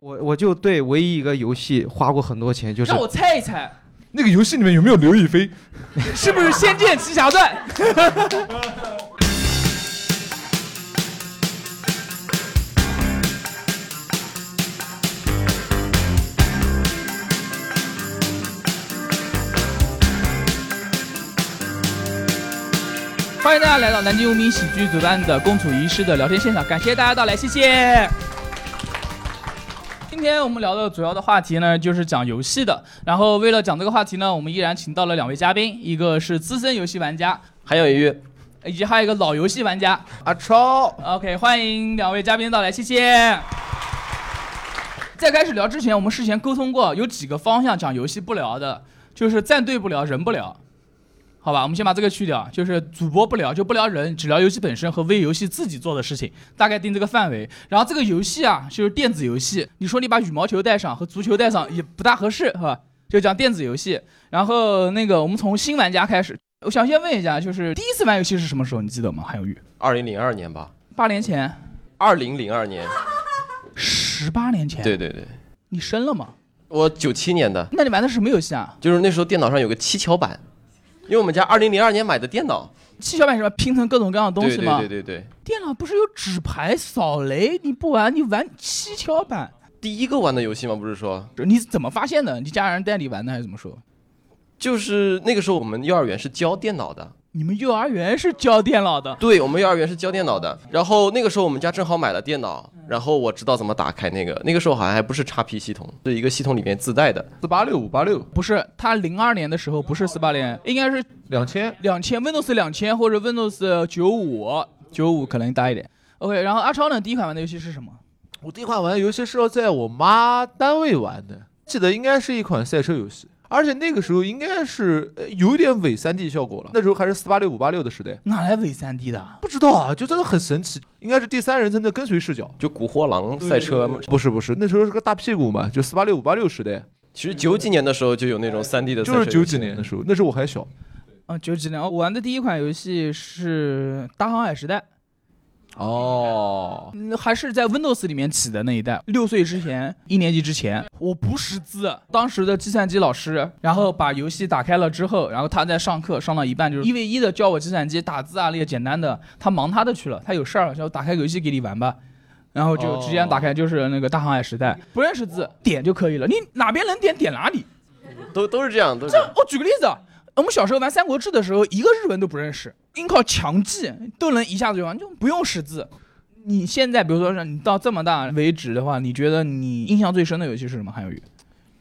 我就对唯一一个游戏花过很多钱，就是让我猜一猜，那个游戏里面有没有刘亦菲？ 是不是《仙剑奇侠传》欢迎大家来到南京无名喜剧组办的《共处一室》的聊天现场，感谢大家到来，谢谢。今天我们聊的主要的话题呢，就是讲游戏的。然后为了讲这个话题呢，我们依然请到了两位嘉宾，一个是资深游戏玩家，还有一位，以及还有一个老游戏玩家啊阿超。 OK，欢迎两位嘉宾到来，谢谢。在开始聊之前，我们事前沟通过，有几个方向讲游戏不聊的，就是战队不聊，人不聊，好吧？我们先把这个去掉，就是主播不聊，就不聊人，只聊游戏本身和为游戏自己做的事情，大概定这个范围。然后这个游戏啊，就是电子游戏，你说你把羽毛球带上和足球带上也不大合适，哈，就讲电子游戏。然后那个我们从新玩家开始，我想先问一下，就是第一次玩游戏是什么时候？你记得吗？韩有玉，二零零二年吧，八年前，二零零二 年，十八年前，对对对，你生了吗？我九七年的，那你玩的是什么游戏啊？就是那时候电脑上有个七巧板，因为我们家二零零二年买的电脑，七巧板什么拼成各种各样的东对西对吗？对对对，电脑不是有纸牌、扫雷，你不玩，你玩七巧板，第一个玩的游戏嘛，不是说，你是怎么发现的？你家人带你玩的还是怎么说？就是那个时候我们幼儿园是教电脑的，你们幼儿园是教电脑的，对我们幼儿园是教电脑的，然后那个时候我们家正好买了电脑，然后我知道怎么打开那个，那个时候好像还不是 XP 系统，是一个系统里面自带的，四八六五八六不是？他零二年的时候不是十八年，应该是两千，两千 Windows 两千或者 Windows 九五，九五可能大一点。OK，然后阿超呢，第一款玩的游戏是什么？我第一款玩的游戏是要在我妈单位玩的，记得应该是一款赛车游戏，而且那个时候应该是呃有点伪三 D 效果了，那时候还是四八六五八六的时代，哪来伪三 D 的？不知道啊，就真的很神奇，应该是第三人称的跟随视角。就古惑狼赛车嘛。不是不是，那时候是个大屁股嘛，就四八六五八六时代，其实九几年的时候就有那种 3D 的赛车游就是戏，九几年的时候，那时候我还小，嗯，九几年我玩的第一款游戏是《大航海时代》，哦，嗯，还是在 Windows 里面起的那一代，六岁之前，一年级之前，我不识字。当时的计算机老师，然后把游戏打开了之后，然后他在上课，上到一半就是一 v 一的教我计算机打字啊那些简单的，他忙他的去了，他有事儿了，就打开游戏给你玩吧。然后就哦直接打开，就是那个《大航海时代》，不认识字点就可以了，你哪边能点点哪里。都都是这样，都是这这样我举个例子啊，我们小时候玩《三国志》的时候，一个日文都不认识，硬靠强记都能一下子就完，就不用识字。你现在比如说让你到这么大为止的话，你觉得你印象最深的游戏是什么？韩有宇，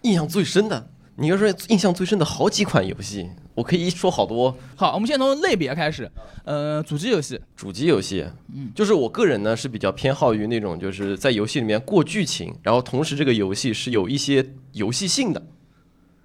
印象最深的，你要说印象最深的好几款游戏，我可以一说好多。好，我们先从类别开始，呃，主机游戏，主机游戏，嗯，就是我个人呢是比较偏好于那种就是在游戏里面过剧情，然后同时这个游戏是有一些游戏性的，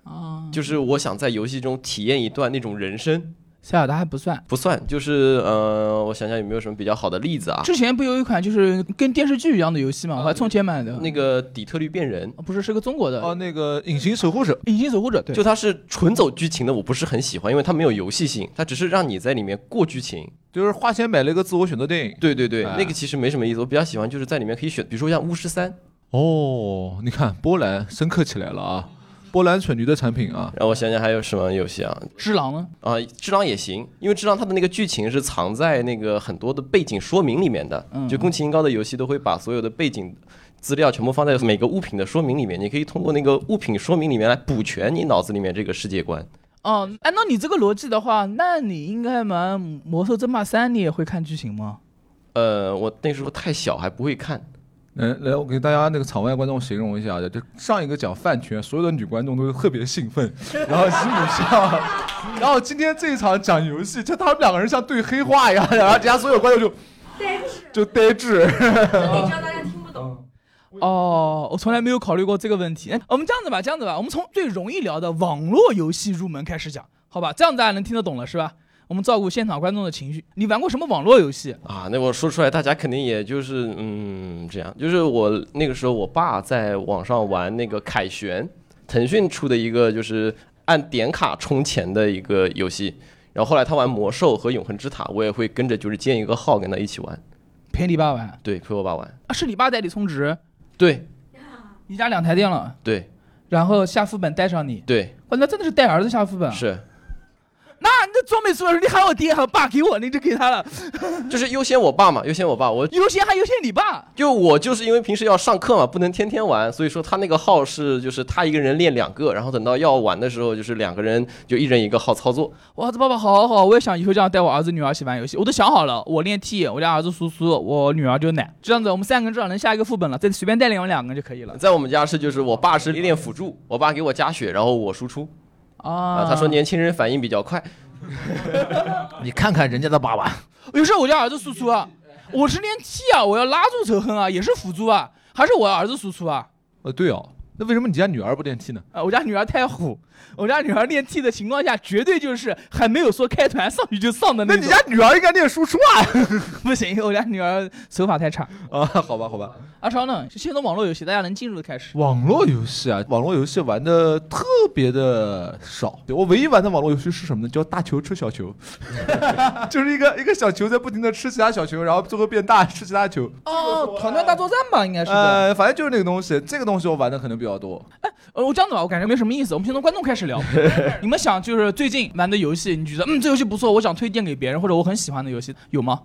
啊，就是我想在游戏中体验一段那种人生，塞尔达还不算。不算，就是呃，我想想有没有什么比较好的例子啊？之前不有一款就是跟电视剧一样的游戏嘛，我还充钱买的，呃那个底特律变人，不是是个中国的哦《那个隐形守护者，隐形守护者》，对，就它是纯走剧情的，我不是很喜欢，因为它没有游戏性，它只是让你在里面过剧情。就是花钱买了一个自我选择电影。对对对，哎那个其实没什么意思，我比较喜欢就是在里面可以选，比如说像巫师三，哦，你看波兰深刻起来了啊，波兰蠢驴的产品啊，然后我想想还有什么游戏啊？只狼呢？啊，智狼也行，因为智狼它的那个剧情是藏在那个很多的背景说明里面的。嗯就宫崎英高的游戏都会把所有的背景资料全部放在每个物品的说明里面，你可以通过那个物品说明里面来补全你脑子里面这个世界观。哦，按照你这个逻辑的话，那你应该玩《魔兽争霸三》，你也会看剧情吗？呃，我那时候太小还不会看，来来，我给大家那个场外观众形容一下，啊就上一个讲饭圈，所有的女观众都特别兴奋，然后心里笑，然后今天这一场讲游戏，就他们两个人像对黑话一样，然后底下所有观众就呆滞，就呆滞。你知道大家听不懂。哦，我从来没有考虑过这个问题。哎我们这样子吧，这样子吧，我们从最容易聊的网络游戏入门开始讲，好吧？这样大家能听得懂了，是吧？我们照顾现场观众的情绪。你玩过什么网络游戏？啊，那我说出来，大家肯定也就是嗯这样，就是我那个时候我爸在网上玩那个凯旋，腾讯出的一个就是按点卡充钱的一个游戏，然后后来他玩魔兽和永恒之塔，我也会跟着就是建一个号跟他一起玩，陪你爸玩对，陪我爸玩，啊？是你爸带你充值？对，你家两台电脑，对然后下副本带上你，对哇，那真的是带儿子下副本啊。是，那那装美术老师，你喊我爹喊我爸给我，你就给他了，就是优先我爸嘛，优先我爸，我优先还优先你爸。就我就是因为平时要上课嘛，不能天天玩，所以说他那个号是就是他一个人练两个，然后等到要玩的时候，就是两个人就一人一个号操作。哇，这爸爸好好，我也想以后这样带我儿子女儿一起玩游戏，我都想好了，我练 T，我家儿子苏苏，我女儿就奶，这样子我们三个人至少能下一个副本了，再随便带领我们两个人就可以了。在我们家是就是我爸是练辅助，我爸给我加血，然后我输出啊啊。他说年轻人反应比较快，你看看人家的爸爸，有事我家儿子输出啊，我是练 T 啊，我要拉住仇恨啊，也是辅助啊，还是我儿子输出啊？呃，对哦，那为什么你家女儿不练 T 呢？啊，我家女儿太虎，我家女儿练 T 的情况下，绝对就是还没有说开团上去就上的那那你种。家女儿应该练输出啊！ 不行，我家女儿手法太差。啊，好吧，好吧。阿超呢？就先从网络游戏，大家能进入的开始。网络游戏啊，网络游戏玩的特别的少。我唯一玩的网络游戏是什么呢？叫大球吃小 球，就是一个一个小球在不停的吃其他小球，然后最后变大吃其他球。哦，团团大作战吧，应该是的。呃，反正就是那个东西，这个东西我玩的可能比较多。呃，我这样子吧，我感觉没什么意思。我们先从观众开始 聊。你们想就是最近玩的游戏，你觉得嗯这游戏不错，我想推荐给别人，或者我很喜欢的游戏有吗？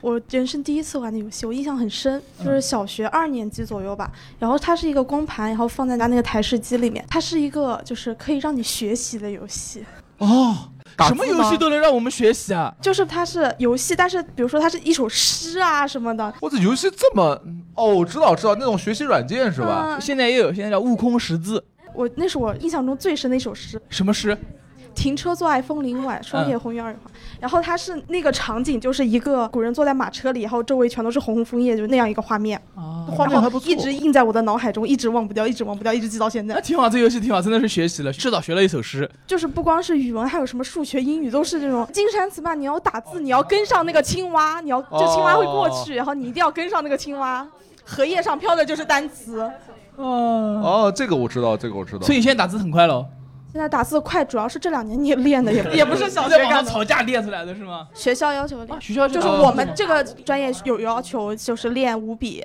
我人生第一次玩的游戏，我印象很深，嗯就是小学二年级左右吧。然后它是一个光盘，然后放在家那个台式机里面。它是一个就是可以让你学习的游戏，哦，打什字么游戏都能让我们学习啊？就是它是游戏，但是比如说它是一首诗啊什么的，我这游戏这么……哦，我知道，知道那种学习软件是吧？嗯现在也有，现在叫悟空识字，我那是我印象中最深的一首诗。什么诗？停车坐爱枫林晚，霜叶红于二月花。然后它是那个场景，就是一个古人坐在马车里，然后周围全都是红红枫叶，就那样一个画面，啊，画哦面还不错一。直印在我的脑海中，一直忘不掉，一直忘不掉，一直记到现那在。挺好，这游戏挺好，真的是学习了，至少学了一首诗。就是不光是语文，还有什么数学、英语，都是这种金山词霸。你要打字，你要跟上那个青蛙，你要这青蛙会过去，然后你一定要跟上那个青蛙。荷叶上飘的就是单词。哦，哦，这个我知道，这个我知道。所以现在打字很快喽。现在打字快，主要是这两年你练的，也也不 是小学在网干上的。吵架练出来的是吗？学校要求练，啊学校哦就是我们这个专业有要求，就是练五笔。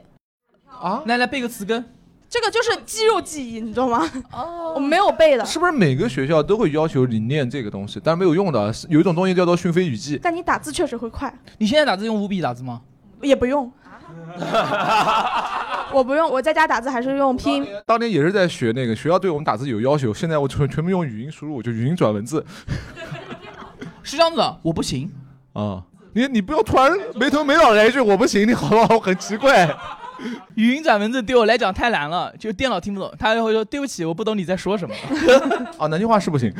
啊，来来背个词根，这个就是肌肉记忆，你知道吗？哦，我没有背的，是不是每个学校都会要求你念这个东西？但是没有用的，是有一种东西叫做讯飞语记。但你打字确实会快，你现在打字用五笔打字吗？也不用。我不用，我在家打字还是用拼音。当年也是在学那个学校对我们打字有要求，现在我全全部用语音输入，我就语音转文字是这样子的，我不行。啊。你你不要突然没头没脑来一句我不行，你好不好？我很奇怪。 啊语音转文字对我来讲太难了，就电脑听不懂。他会说对不起，我不懂你在说 什么。啊，南京话是不行，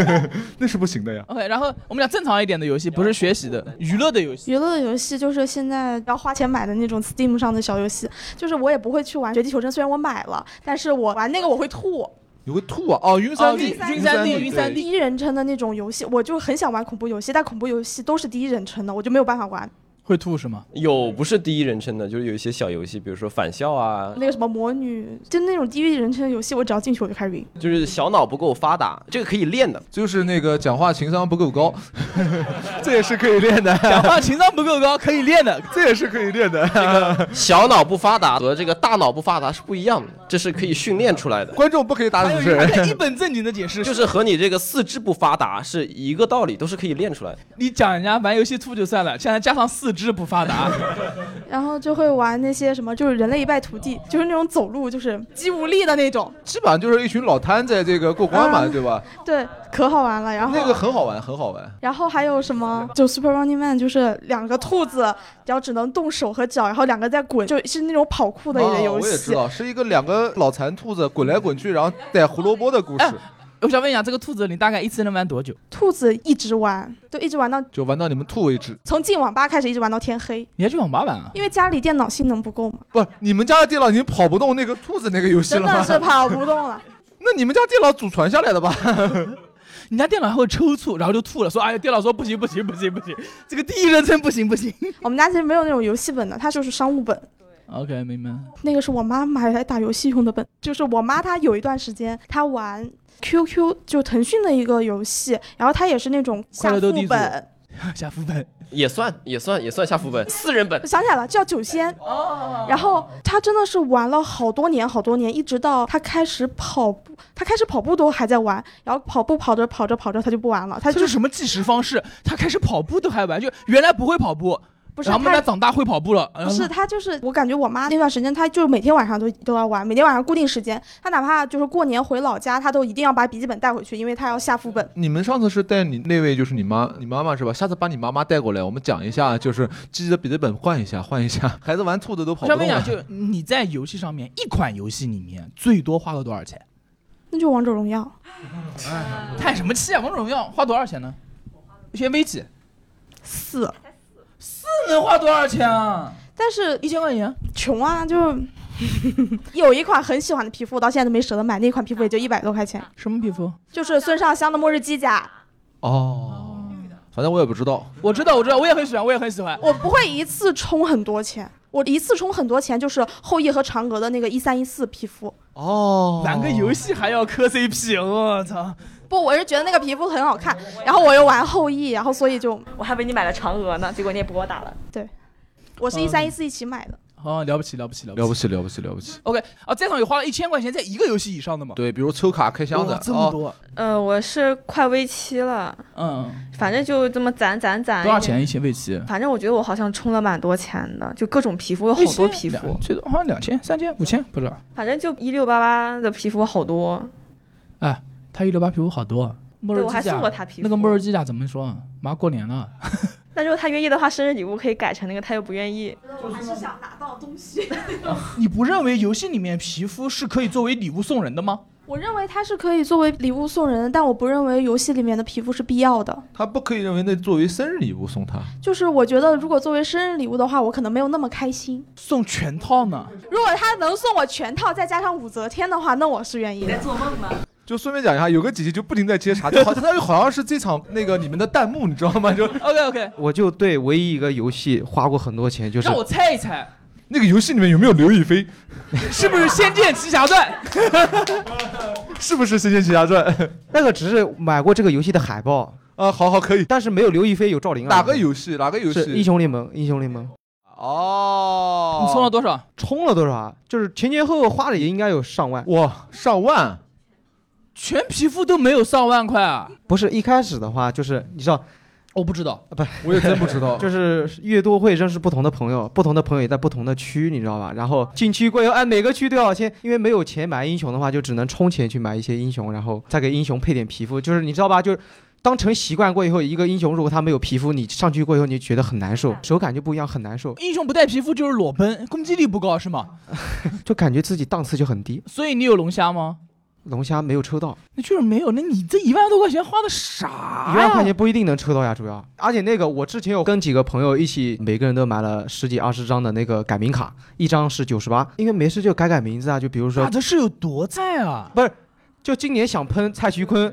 那是不行的呀。 OK，然后我们讲正常一点的游戏，不是学习的， 娱乐的游戏。娱乐的游戏就是现在要花钱买的那种 Steam 上的小游戏，就是我也不会去玩《绝地求生》，虽然我买了，但是我玩那个我会吐。有个兔啊，哦，晕三哦 D，晕晕三 D，晕三 D 第一人称的那种游戏，我就很想玩恐怖游戏，但恐怖游戏都是第一人称的，我就没有办法玩。会吐是 吗？有不是第一人称的，就是有一些小游戏，比如说返校啊，那个什么魔女，就那种第一人称的游戏，我只要进去我就开始晕。就是小脑不够发达，这个可以练的。就是那个讲话情商不够高， 这也是可以练的，讲话情商不够高，可以练 的。这也是可以练的。小脑不发达和这个大脑不发达是不一样的，这是可以训练出来的。观众不可以打还主有持一还人。在一本正经的解释，就就是是和你这个四肢不发达是一个道理，都是可以练出来的。你讲人家玩游戏吐就算了，现在加上四肢不发 达，然后就会玩那些什么，就是人类一败涂地，就是那种走路就是肌无力的那种， 基本上就是一群老摊在这个过关嘛，啊对吧？对，可好玩了。然后，那个很好玩，很好玩。然后还有什么，就 Super Running Man，就是两个兔子，然后只能动手和脚，然后两个在滚，就是那种跑酷的一个哦游我也知戏。道，是一个两个老残兔子滚来滚去，然后逮胡萝卜的故事，哎我想问一下，这个兔子你大概一次能玩多久？兔子一直玩，就一直玩到就玩到你们吐为止。从进网吧开始，一直玩到天黑，你还去网吧玩啊？因为家里电脑性能不够嘛，不，你们家的电脑已经跑不动那个兔子那个游戏真了的吗？是跑不动了。那你们家电脑祖传下来的吧？ 你家电脑还会抽搐，然后就吐了，说哎呀，电脑说不行不行不行不行，这个第一人称不行不行。我们家其实没有那种游戏本的，它就是商务本。 OK，明 白。那个是我妈买来打游戏用的本，就是我妈她有一段时间她玩 QQ，就腾讯的一个游戏，然后她也是那种快下乐斗副地主本，下副本也算也算也算下副本，四人本我。想起来了，叫九仙。然后他真的是玩了好多年，好多年，一直到他开始跑步，他开始跑步都还在玩。然后跑步跑着跑着跑着，他就不玩了，他他就这是什么计时方式？他开始跑步都还玩，就原来不会跑步，不是然后慢嗯他慢长大会跑步了。不是，她就是我感觉我妈那段时间，她就是每天晚上都都要玩，每天晚上固定时间，她哪怕就是过年回老家，她都一定要把笔记本带回去，因为她要下副本。你们上次是带你那位就是你妈，你妈妈是吧？下次把你妈妈带过来，我们讲一下，就是记着笔记本换一下，换一下。 孩子玩兔子都跑不上动面讲了。 就你在游戏上面一款游戏里面最多花了多少钱？那就王者荣耀叹什么气啊？王者荣耀花多少钱呢？学 V 几？四，这能花多少钱啊？但是一千块钱。穷啊，就 有一款很喜欢的皮肤，我到现在都没舍得买，那款皮肤也就一百多块钱，什么皮肤？就是孙尚香的末日机甲。哦，反正我也不知道。我知道，我知道，我也很喜欢，我也很喜欢。我不会一次充很多钱，我一次充很多钱就是后羿和嫦娥的那个一三一四皮肤。哦，玩个游戏还要磕 CP，我操！不，我是觉得那个皮肤很好看，然后我又玩后羿，然后所以就我还以为你买了嫦娥呢，结果你也不给我打了。我是一三一四一起买的。好、哦了不起，了不起，了不了起。不起了不起了不起！ OK 啊，这场也花了一千块钱，在一个游戏以上的嘛？对，比如抽卡开箱子哇，这么哦多。呃，我是快 V 七了，嗯，反正就这么攒攒攒。多少？钱一千位棋？反正我觉得我好像充了蛮多钱的，就各种皮肤，有好多皮哎两肤，最多好像两千、三千、五千，不知道。反正就一六八八的皮肤好多。哎，他一六八皮肤好多啊。末日对，我还机送过甲，他皮肤。那个末日机甲怎么说啊？马上过年了，那如果他愿意的话，生日礼物可以改成那个，他又不愿意。我还是想拿到东西。 你不认为游戏里面皮肤是可以作为礼物送人的吗？我认为它是可以作为礼物送人的，但我不认为游戏里面的皮肤是必要的。他不可以认为那作为生日礼物送他。就是我觉得，如果作为生日礼物的话，我可能没有那么开心。送全套呢？如果他能送我全套，再加上武则天的话，那我是愿意你在的。做梦吗？就顺便讲一下，有个姐姐就不停在接茬，就好相当于好像是这场那个你们的弹幕，你知道吗？就 OK OK，我就对唯一一个游戏花过很多钱，就是让我猜一猜，那个游戏里面有没有刘亦菲？是不是《仙剑奇侠传》？是不是《仙剑奇侠传》 那个只是买过这个游戏的海报，啊？好好，可以。但是没有刘亦菲，有赵灵儿。啊哪个游戏？哪个游是英戏？雄联盟，英雄联盟哦，你送了多少？充了多少啊？就是前前后后花了也应该有上万。哇上万。全皮肤都没有上万块啊！不是一开始的话，就是你知道，我不知道，我也真不知 道，就是越多会认识不同的朋友，不同的朋友也在不同的区，你知道吧？然后进区过以后，按每个区都要先，因为没有钱买英雄的话，就只能充钱去买一些英雄，然后再给英雄配点皮肤，就是你知道吧？就是。当成习惯过以后，一个英雄如果他没有皮肤，你上去过以后，你觉得很难受，手感就不一样，很难受，英雄不带皮肤就是裸奔，攻击力不高是吗？就感觉自己档次就很低。所以你有龙虾吗？龙虾没有抽到，啊那就是没有。那你这一万多块钱花的啥呀？一万块钱不一定能抽到呀，主要。而且那个我之前有跟几个朋友一起，每个人都买了十几二十张的那个改名卡，一张是九十八，因为没事就改改名字啊，就比如说打的是有多菜啊！就今年想喷蔡徐 坤，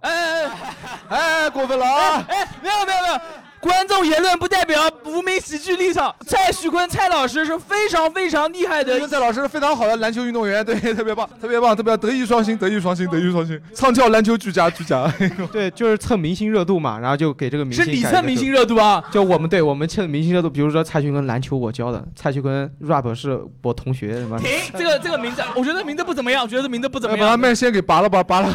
哎哎哎哎，过分了啊！哎，没有没有没有，观众言论不代表无名喜剧立场。蔡徐坤蔡老师是非常非常厉害因为的，蔡老师是非常好的篮球运动员，对， 特别棒，特别棒，特别棒，德艺双馨，德艺双馨，德艺双馨，唱跳篮球俱佳，俱佳。对，就是蹭明星热度嘛，然后就给这个明星是你改一个蹭明星热度啊！热度，就我们对我们蹭明星热度，比如说蔡徐坤篮球我教的，蔡徐坤 rap 是我同学什么，停，这个这个名字，我觉得名字不怎么样，我觉得这名字不怎哎么把他样。麦先给拔了吧，拔了。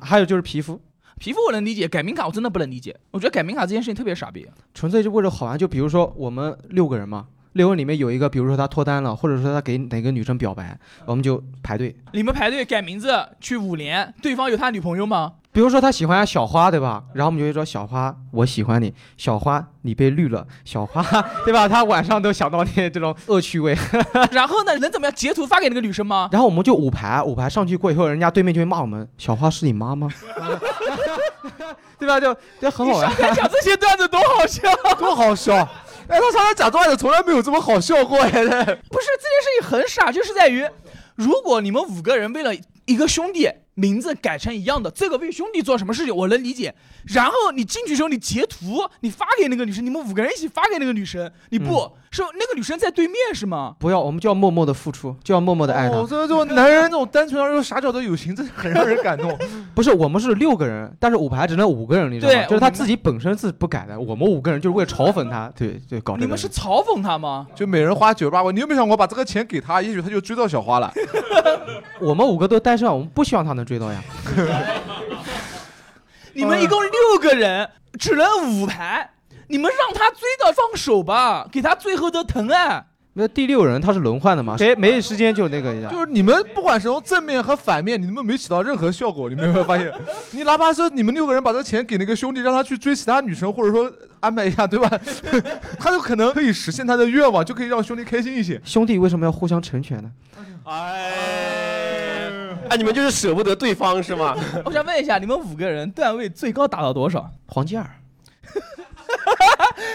还有就是皮肤，皮肤我能理解，改名卡我真的不能理解。我觉得改名卡这件事情特别傻逼。纯粹就为了好玩。就比如说我们六个人嘛，六个人里面有一个，比如说他脱单了，或者说他给哪个女生表白，我们就排队。你们排队改名字去五连，对方有他女朋友吗？比如说他喜欢小花，对吧？然后我们就会说小花，我喜欢你。小花，你被绿了。小花， 对吧？他晚上都想到那些这种恶趣味。然后呢，能怎么样？截图发给那个女生吗？然后我们就五排，五排上去过以后，人家对面就会骂我们：“小花是你妈 吗？”对吧？就就很好玩。他讲这些段子多好笑！多好笑！ 哎，他上来假段子从来没有这么好笑过哎！不是这件事情很傻，就是在于，如果你们五个人为了一个兄弟名字改成一样的，这个为兄弟做什么事情我能理解。然后你进去之后，你截图，你发给那个女生，你们五个人一起发给那个女生，你不、是那个女生在对面是吗？不要，我们就要默默的付出，就要默默的爱他。哦，这这种男人这种单纯而又傻屌的友情，真的很让人感动。不是，我们是六个人，但是五排只能五个人，你知道吗？对就是他自己本身自己不改的，我们五个人就是为了嘲讽 他，对对，搞这个。你们是嘲讽她吗？就每人花九十八块，你有没有想过把这个钱给他，也许他就追到小花了。我们五个都单身啊，我们不希望他能追到呀。你们一共六个人，只能五排，你们让她追到放手吧，给她最后的疼啊爱。那第六人他是轮换的嘛，谁没时间就那个一下。就是你们不管是从正面和反面，你们没起到任何效果，你们有没有发 现？你哪怕说你们六个人把这钱给那个兄弟，让他去追其他女生，或者说安排一下，对吧？ 他就可能可以实现他的愿望，就可以让兄弟开心一些。兄弟为什么要互相成全呢？哎，你们就是舍不得对方是吗？我想问一下，你们五个人段位最高达到多少？黄金二，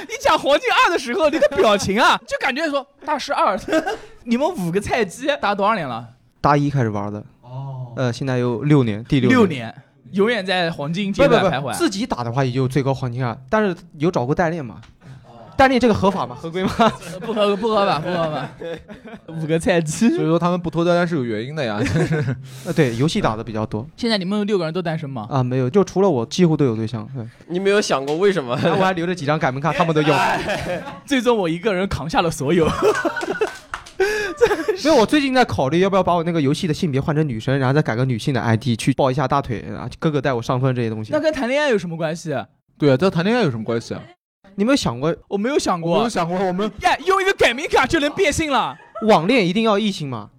你讲黄金二的时候，你的表情啊， 就感觉说大师二， 你们五个菜鸡打多少年了？大一开始玩的，哦，呃，现在有六年，第六年。年，永远在黄金不阶不段徘不，徊。自己打的话也就最高黄金二，啊但是有找过代练嘛？代练这个合法吗？合规吗？不喝不 喝吧，不喝吧，五个菜鸡。所以说他们不脱单单是有原因的呀。 呃，对，游戏打的比较多现在你们六个人都单身吗？啊，没有，就除了我几乎都有对象，对，你没有想过为什么？然后我还留着几张改门卡，他们都用。最终我一个人扛下了所有。所以我最近在考虑要不要把我那个游戏的性别换成女生，然后再改个女性的 ID 去抱一下大腿，然后哥哥带我上分这些东西 那。跟谈恋爱有什么关系？对啊，这谈恋爱有什么关系啊？你有没有想过，我没有想我没有过。想过，我们呀，用一个改名卡就能变性了？网恋一定要异性吗？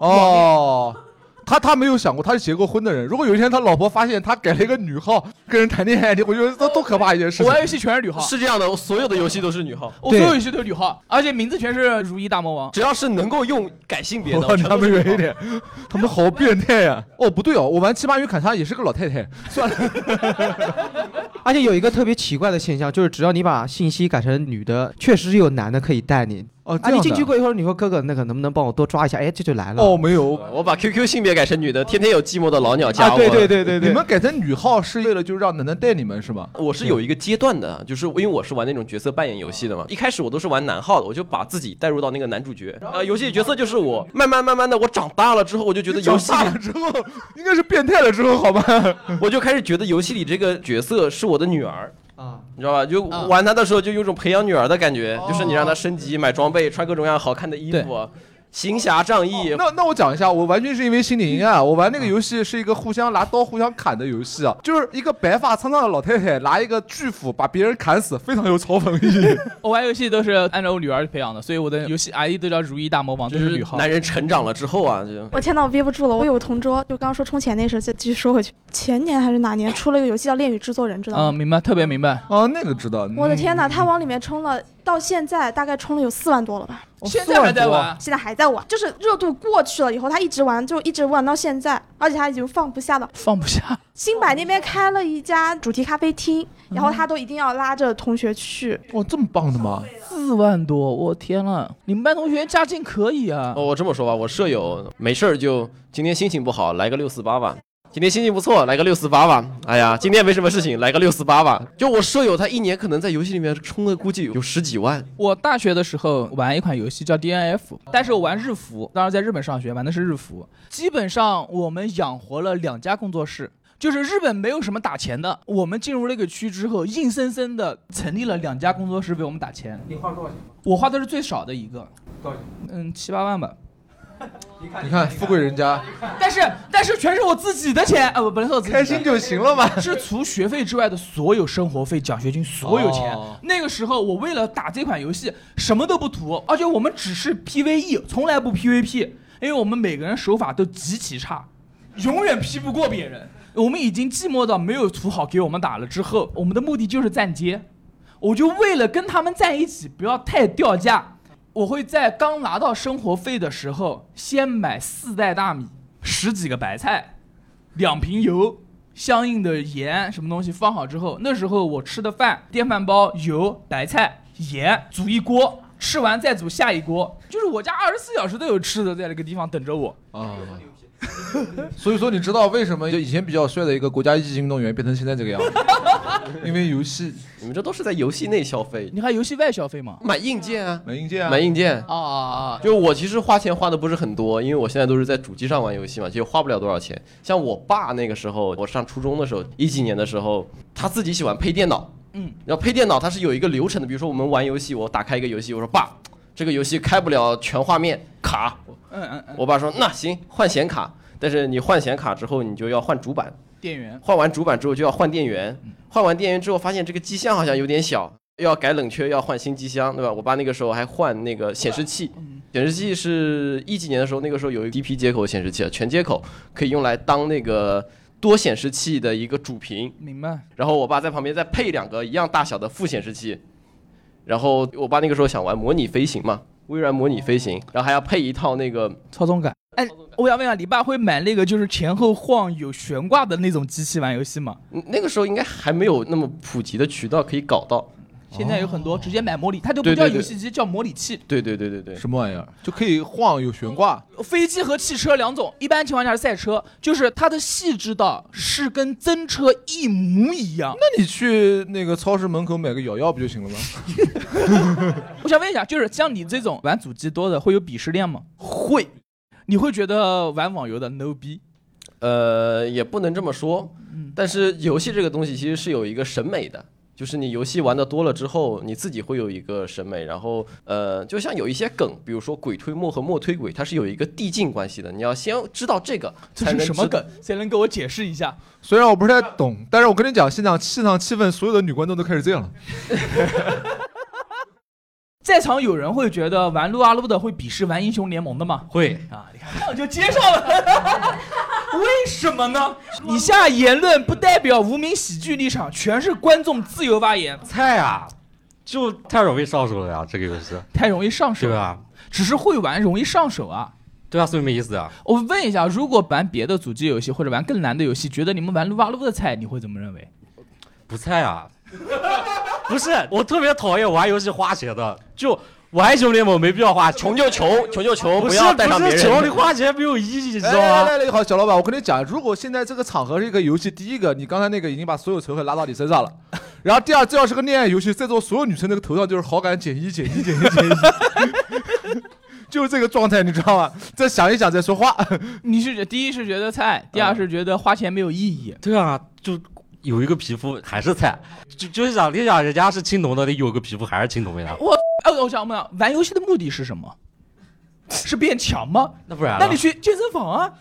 哦。他他没有想过，他是结过婚的人。如果有一天他老婆发现他改了一个女号跟人谈恋爱，你我觉得这多可怕一件事我情玩。游戏全是女号，是这样的，所有的游戏都是女号，我所有游戏都是女号，而且名字全是如意大魔王。只要是能够用改性别的，我离全他都们是远一女点，他们好变态呀、哦，不对哦，我玩七八鱼砍杀也是个老太太，算了，而且有一个特别奇怪的现象，就是只要你把信息改成女的，确实有男的可以带你。哦，啊，这你样进去的。过一会儿，你说哥哥那个能不能帮我多抓一下？哎，这就来了。哦，，没有，号。我把 QQ 性别改成女的，天天有寂寞的老鸟加啊，我。对对对对对，你们改成女号是为了就是让奶奶带你们是吗？我是有一个阶段的，就是因为我是玩那种角色扮演游戏的嘛，一开始我都是玩男号的，我就把自己带入到那个男主角，呃，游戏里角色就是我。慢慢慢慢的，我长大了之后，我就觉得游戏长大里，了之后，应该是变态了之后好吧？我就开始觉得游戏里这个角色是我的女儿。啊，你知道吧？就啊玩它的时候，就有种培养女儿的感觉，就是你让她升级、买装备、穿各种各样好看的衣服，啊行侠仗义。那那我讲一下，我完全是因为心理阴暗。我玩那个游戏是一个互相拿刀互相砍的游戏啊，就是一个白发苍苍的老太太拿一个巨斧把别人砍死，非常有嘲讽意义。 我玩游戏都是按照我女儿培养的，所以我的游戏 ID 都叫如意大魔王，就都是女号。男人成长了之后啊，就 我天呐，我憋不住了！我有个同桌，就刚刚说充钱那事儿，再继续说回去。前年还是哪年出了一个游戏叫《恋与制作人》，知道吗？嗯，明白，特别明白。哦，那个知道。我的嗯天呐，他往里面充了，到现在大概充了有四万多了吧，现在还在玩，现在还在玩，就是热度过去了以后，他一直玩，就一直玩到现在，而且他已经放不下了。放不下。新百那边开了一家主题咖啡厅，然后他都一定要拉着同学去。哇，这么棒的吗？四万多，我天呐！你们班同学家境可以啊哦，，我这么说吧，我舍友没事儿就今天心情不好，来个六四八吧。今天心情不错，来个六四八吧。哎呀，今天没什么事情，来个六四八吧。就我舍友，他一年可能在游戏里面充了估计有十几万。我大学的时候玩一款游戏叫 DNF，但是我玩日服，当时在日本上学，玩的是日服。基本上我们养活了两家工作室，就是日本没有什么打钱的，我们进入那个区之后，硬生生的成立了两家工作室为我们打钱。你花多少钱？我花的是最少的一个，多少钱？嗯，七八万吧。你看富贵人家但是但是全是我自己的钱，啊，不不能说我自己的开心就行了嘛。 是除学费之外的所有生活费、奖学金，所有钱。哦那个时候，我为了打这款游戏，什么都不图，而且我们只是 PVE，从来不 PVP，因为我们每个人手法都极其差，永远 P 不过别人。我们已经寂寞到没有土好给我们打了之后，我们的目的就是站街。我就为了跟他们在一起，不要太掉价，我会在刚拿到生活费的时候，先买四袋大米、十几个白菜、两瓶油、相应的盐什么东西放好之后，那时候我吃的饭，电饭煲、油、白菜、盐煮一锅，吃完再煮下一锅，就是我家二十四小时都有吃的在那个地方等着我。啊，所以说，你知道为什么就以前比较帅的一个国家一级运动员变成现在这个 样子？因为游戏，你们这都是在游戏内消费，你还游戏外消费吗？买硬件啊，买硬件啊，买硬件。啊啊啊！就我其实花钱花的不是很多，因为我现在都是在主机上玩游戏嘛，其实花不了多少钱。像我爸那个时候，我上初中的时候，一几年的时候，他自己喜欢配电脑，嗯，然后配电脑它是有一个流程的，比如说我们玩游戏，我打开一个游戏，我说爸，这个游戏开不了全画面，卡。嗯嗯嗯，我爸说那行换显卡，但是你换显卡之后，你就要换主板，店员换完主板之后就要换电源，换完电源之后发现这个机箱好像有点小，要改冷却，要换新机箱，对吧？我爸那个时候还换那个显示器，显示器是一几年的时候，那个时候有一 DP 接口显示器啊，全接口可以用来当那个多显示器的一个主屏，明白。然后我爸在旁边再配两个一样大小的副显示器，然后我爸那个时候想玩模拟飞行嘛，微软模拟飞行，然后还要配一套那个操纵感。哎，我想问一下，你爸会买那个就是前后晃有悬挂的那种机器玩游戏吗？嗯那个时候应该还没有那么普及的渠道可以搞到。现在有很多直接买模拟，它就不对叫对游对戏机，叫模拟器。对对对对对，什么玩意儿就可以晃，有悬挂，飞机和汽车两种，一般情况下是赛车，就是它的细致到是跟真车一模一样。那你去那个超市门口买个摇摇不就行了吗？我想问一下，就是像你这种玩主机多的，会有鄙视链吗？会，你会觉得玩网游的 no 逼？呃，也不能这么说嗯，但是游戏这个东西其实是有一个审美的。就是你游戏玩的多了之后，你自己会有一个审美，然后呃，就像有一些梗，比如说鬼推磨和磨推鬼，它是有一个递进关系的。你要先知道这个，这才能是什么知道梗？谁能给我解释一下？虽然我不太懂，但是我跟你讲，现场现场气氛，所有的女观众都开始这样了。在场有人会觉得玩撸啊撸的会鄙视玩英雄联盟的吗？会啊，你看，那我就接上了。 为什么呢？以下言论不代表无名喜剧立场，全是观众自由发言，菜啊，就太容易上手了呀，这个游戏，太容易上手对。吧？只是会玩容易上手啊。对啊，所以没意思啊。我问一下，如果玩别的主机游戏或者玩更难的游戏，觉得你们玩撸啊撸的菜，你会怎么认为？不菜啊。 不是，我特别讨厌玩游戏花钱的，就玩英雄联盟没必要花钱。穷就穷，穷就穷，不是要带上不别是人。穷，你花钱没有意义，你知来道哎来吗？来来，好，小老板，我跟你讲，如果现在这个场合是一个游戏，第一个，你刚才那个已经把所有仇恨拉到你身 上了，然后第二，这要是个恋爱游戏，在座所有女生那个头上就是好感减一减一减一减一，就是这个状态，你知道吗？再想一想再说话。你是觉第一是觉得菜，第二是觉得花钱没有意义。对啊，就有一个皮肤还是菜，就就是想你想人家是青铜的，你有个皮肤还是青铜的呀？我哎，我想问啊，玩游戏的目的是什么？是变强吗？那不然呢那你去健身房啊。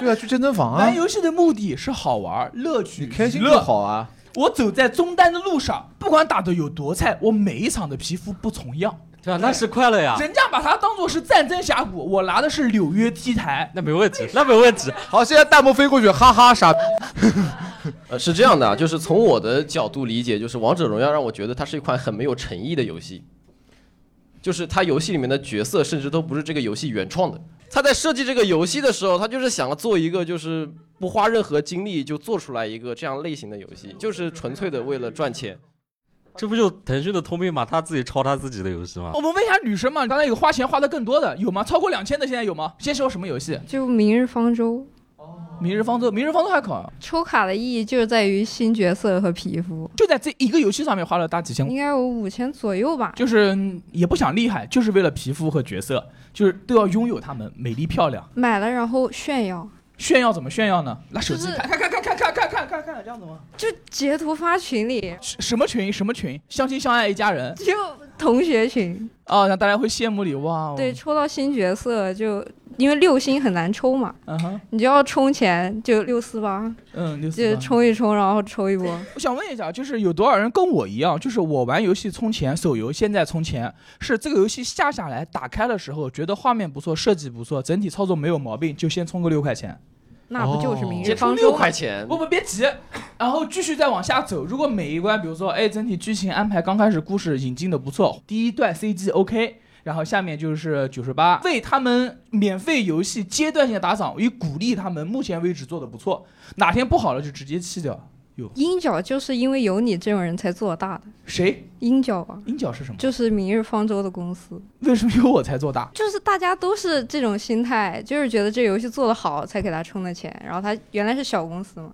对啊，去健身房啊玩，游戏的目的是好玩、乐趣、你开心娱就乐。好啊。我走在中单的路上，不管打的有多菜，我每一场的皮肤不重样。对啊，那是快乐呀，人家把它当做是战争峡谷，我拿的是纽约 T 台。那没问题，那没问题。好，现在弹幕飞过去，哈哈，傻逼。呃，是这样的啊，就是从我的角度理解，就是《王者荣耀》让我觉得它是一款很没有诚意的游戏，就是它游戏里面的角色甚至都不是这个游戏原创的。他在设计这个游戏的时候，他就是想做一个就是不花任何精力就做出来一个这样类型的游戏，就是纯粹的为了赚钱。这不就腾讯的通病吗？他自己抄他自己的游戏吗？哦我们问一下女生嘛，刚才有花钱花的更多的有吗？超过两千的现在有吗？先说什么游戏？就明日方舟《明日方舟》，《明日方舟》还可，抽卡的意义就是在于新角色和皮肤，就在这一个游戏上面花了大几千块应该有五千左右吧。就是嗯也不想厉害，就是为了皮肤和角色，就是都要拥有它们，美丽漂亮。买了然后炫耀，炫耀怎么炫耀呢？拿手机就是看看看看看看看看看看这样子吗？就截图发群里，什什么群？什么群？相亲相爱一家人就同学群。啊，让大家会羡慕你哇、哦！对，，抽到新角色就因为六星很难抽嘛，嗯哼，你就要充钱，就六四八，嗯，六就四八。哦充一充，然后抽一波。我想问一下，就是有多少人跟我一样，就是我玩游戏充钱，手游现在充钱，是这个游戏下下来打开的时候，觉得画面不错，设计不错，整体操作没有毛病，就先充个六块钱。那不就是明日先充方六舟块吗？钱，不不，别急，然后继续再往下走。如果每一关，比如说，哎，整体剧情安排刚开始故事引进的不错，第一段 CG OK，然后下面就是九十八，为他们免费游戏阶段性打赏，以鼓励他们目前为止做的不错。哪天不好了就直接弃掉，有鹰角就是因为有你这种人才做大的。谁？鹰角啊，鹰角是什么？就是明日方舟的公司。为什么有我才做大？就是大家都是这种心态，就是觉得这游戏做得好才给他充的钱，然后他原来是小公司嘛。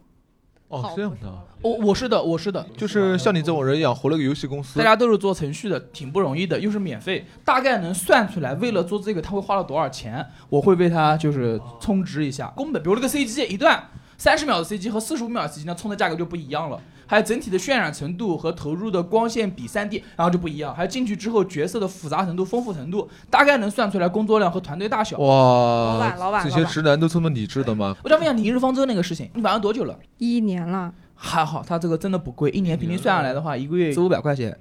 哦，这样的，我我是的，我是的，就是像你这种人一样，活了个游戏公司。大家都是做程序的，挺不容易的，又是免费，大概能算出来，为了做这个他会花了多少钱，我会为他就是充值一下工本，比如这个 CG 一段三十秒的 CG 和四十五秒的 CG 呢，充的价格就不一样了，还有整体的渲染程度和投入的光线比三 D，然后就不一样，还有进去之后角色的复杂程度、丰富程度，大概能算出来工作量和团队大小。哇，老板老板这老些板直男都这么理智的吗？我想问一下，你一日方舟那个事情，你玩了多久了？一年了，还好，它这个真的不贵，一年平均算下来的话，一个月四五百块钱。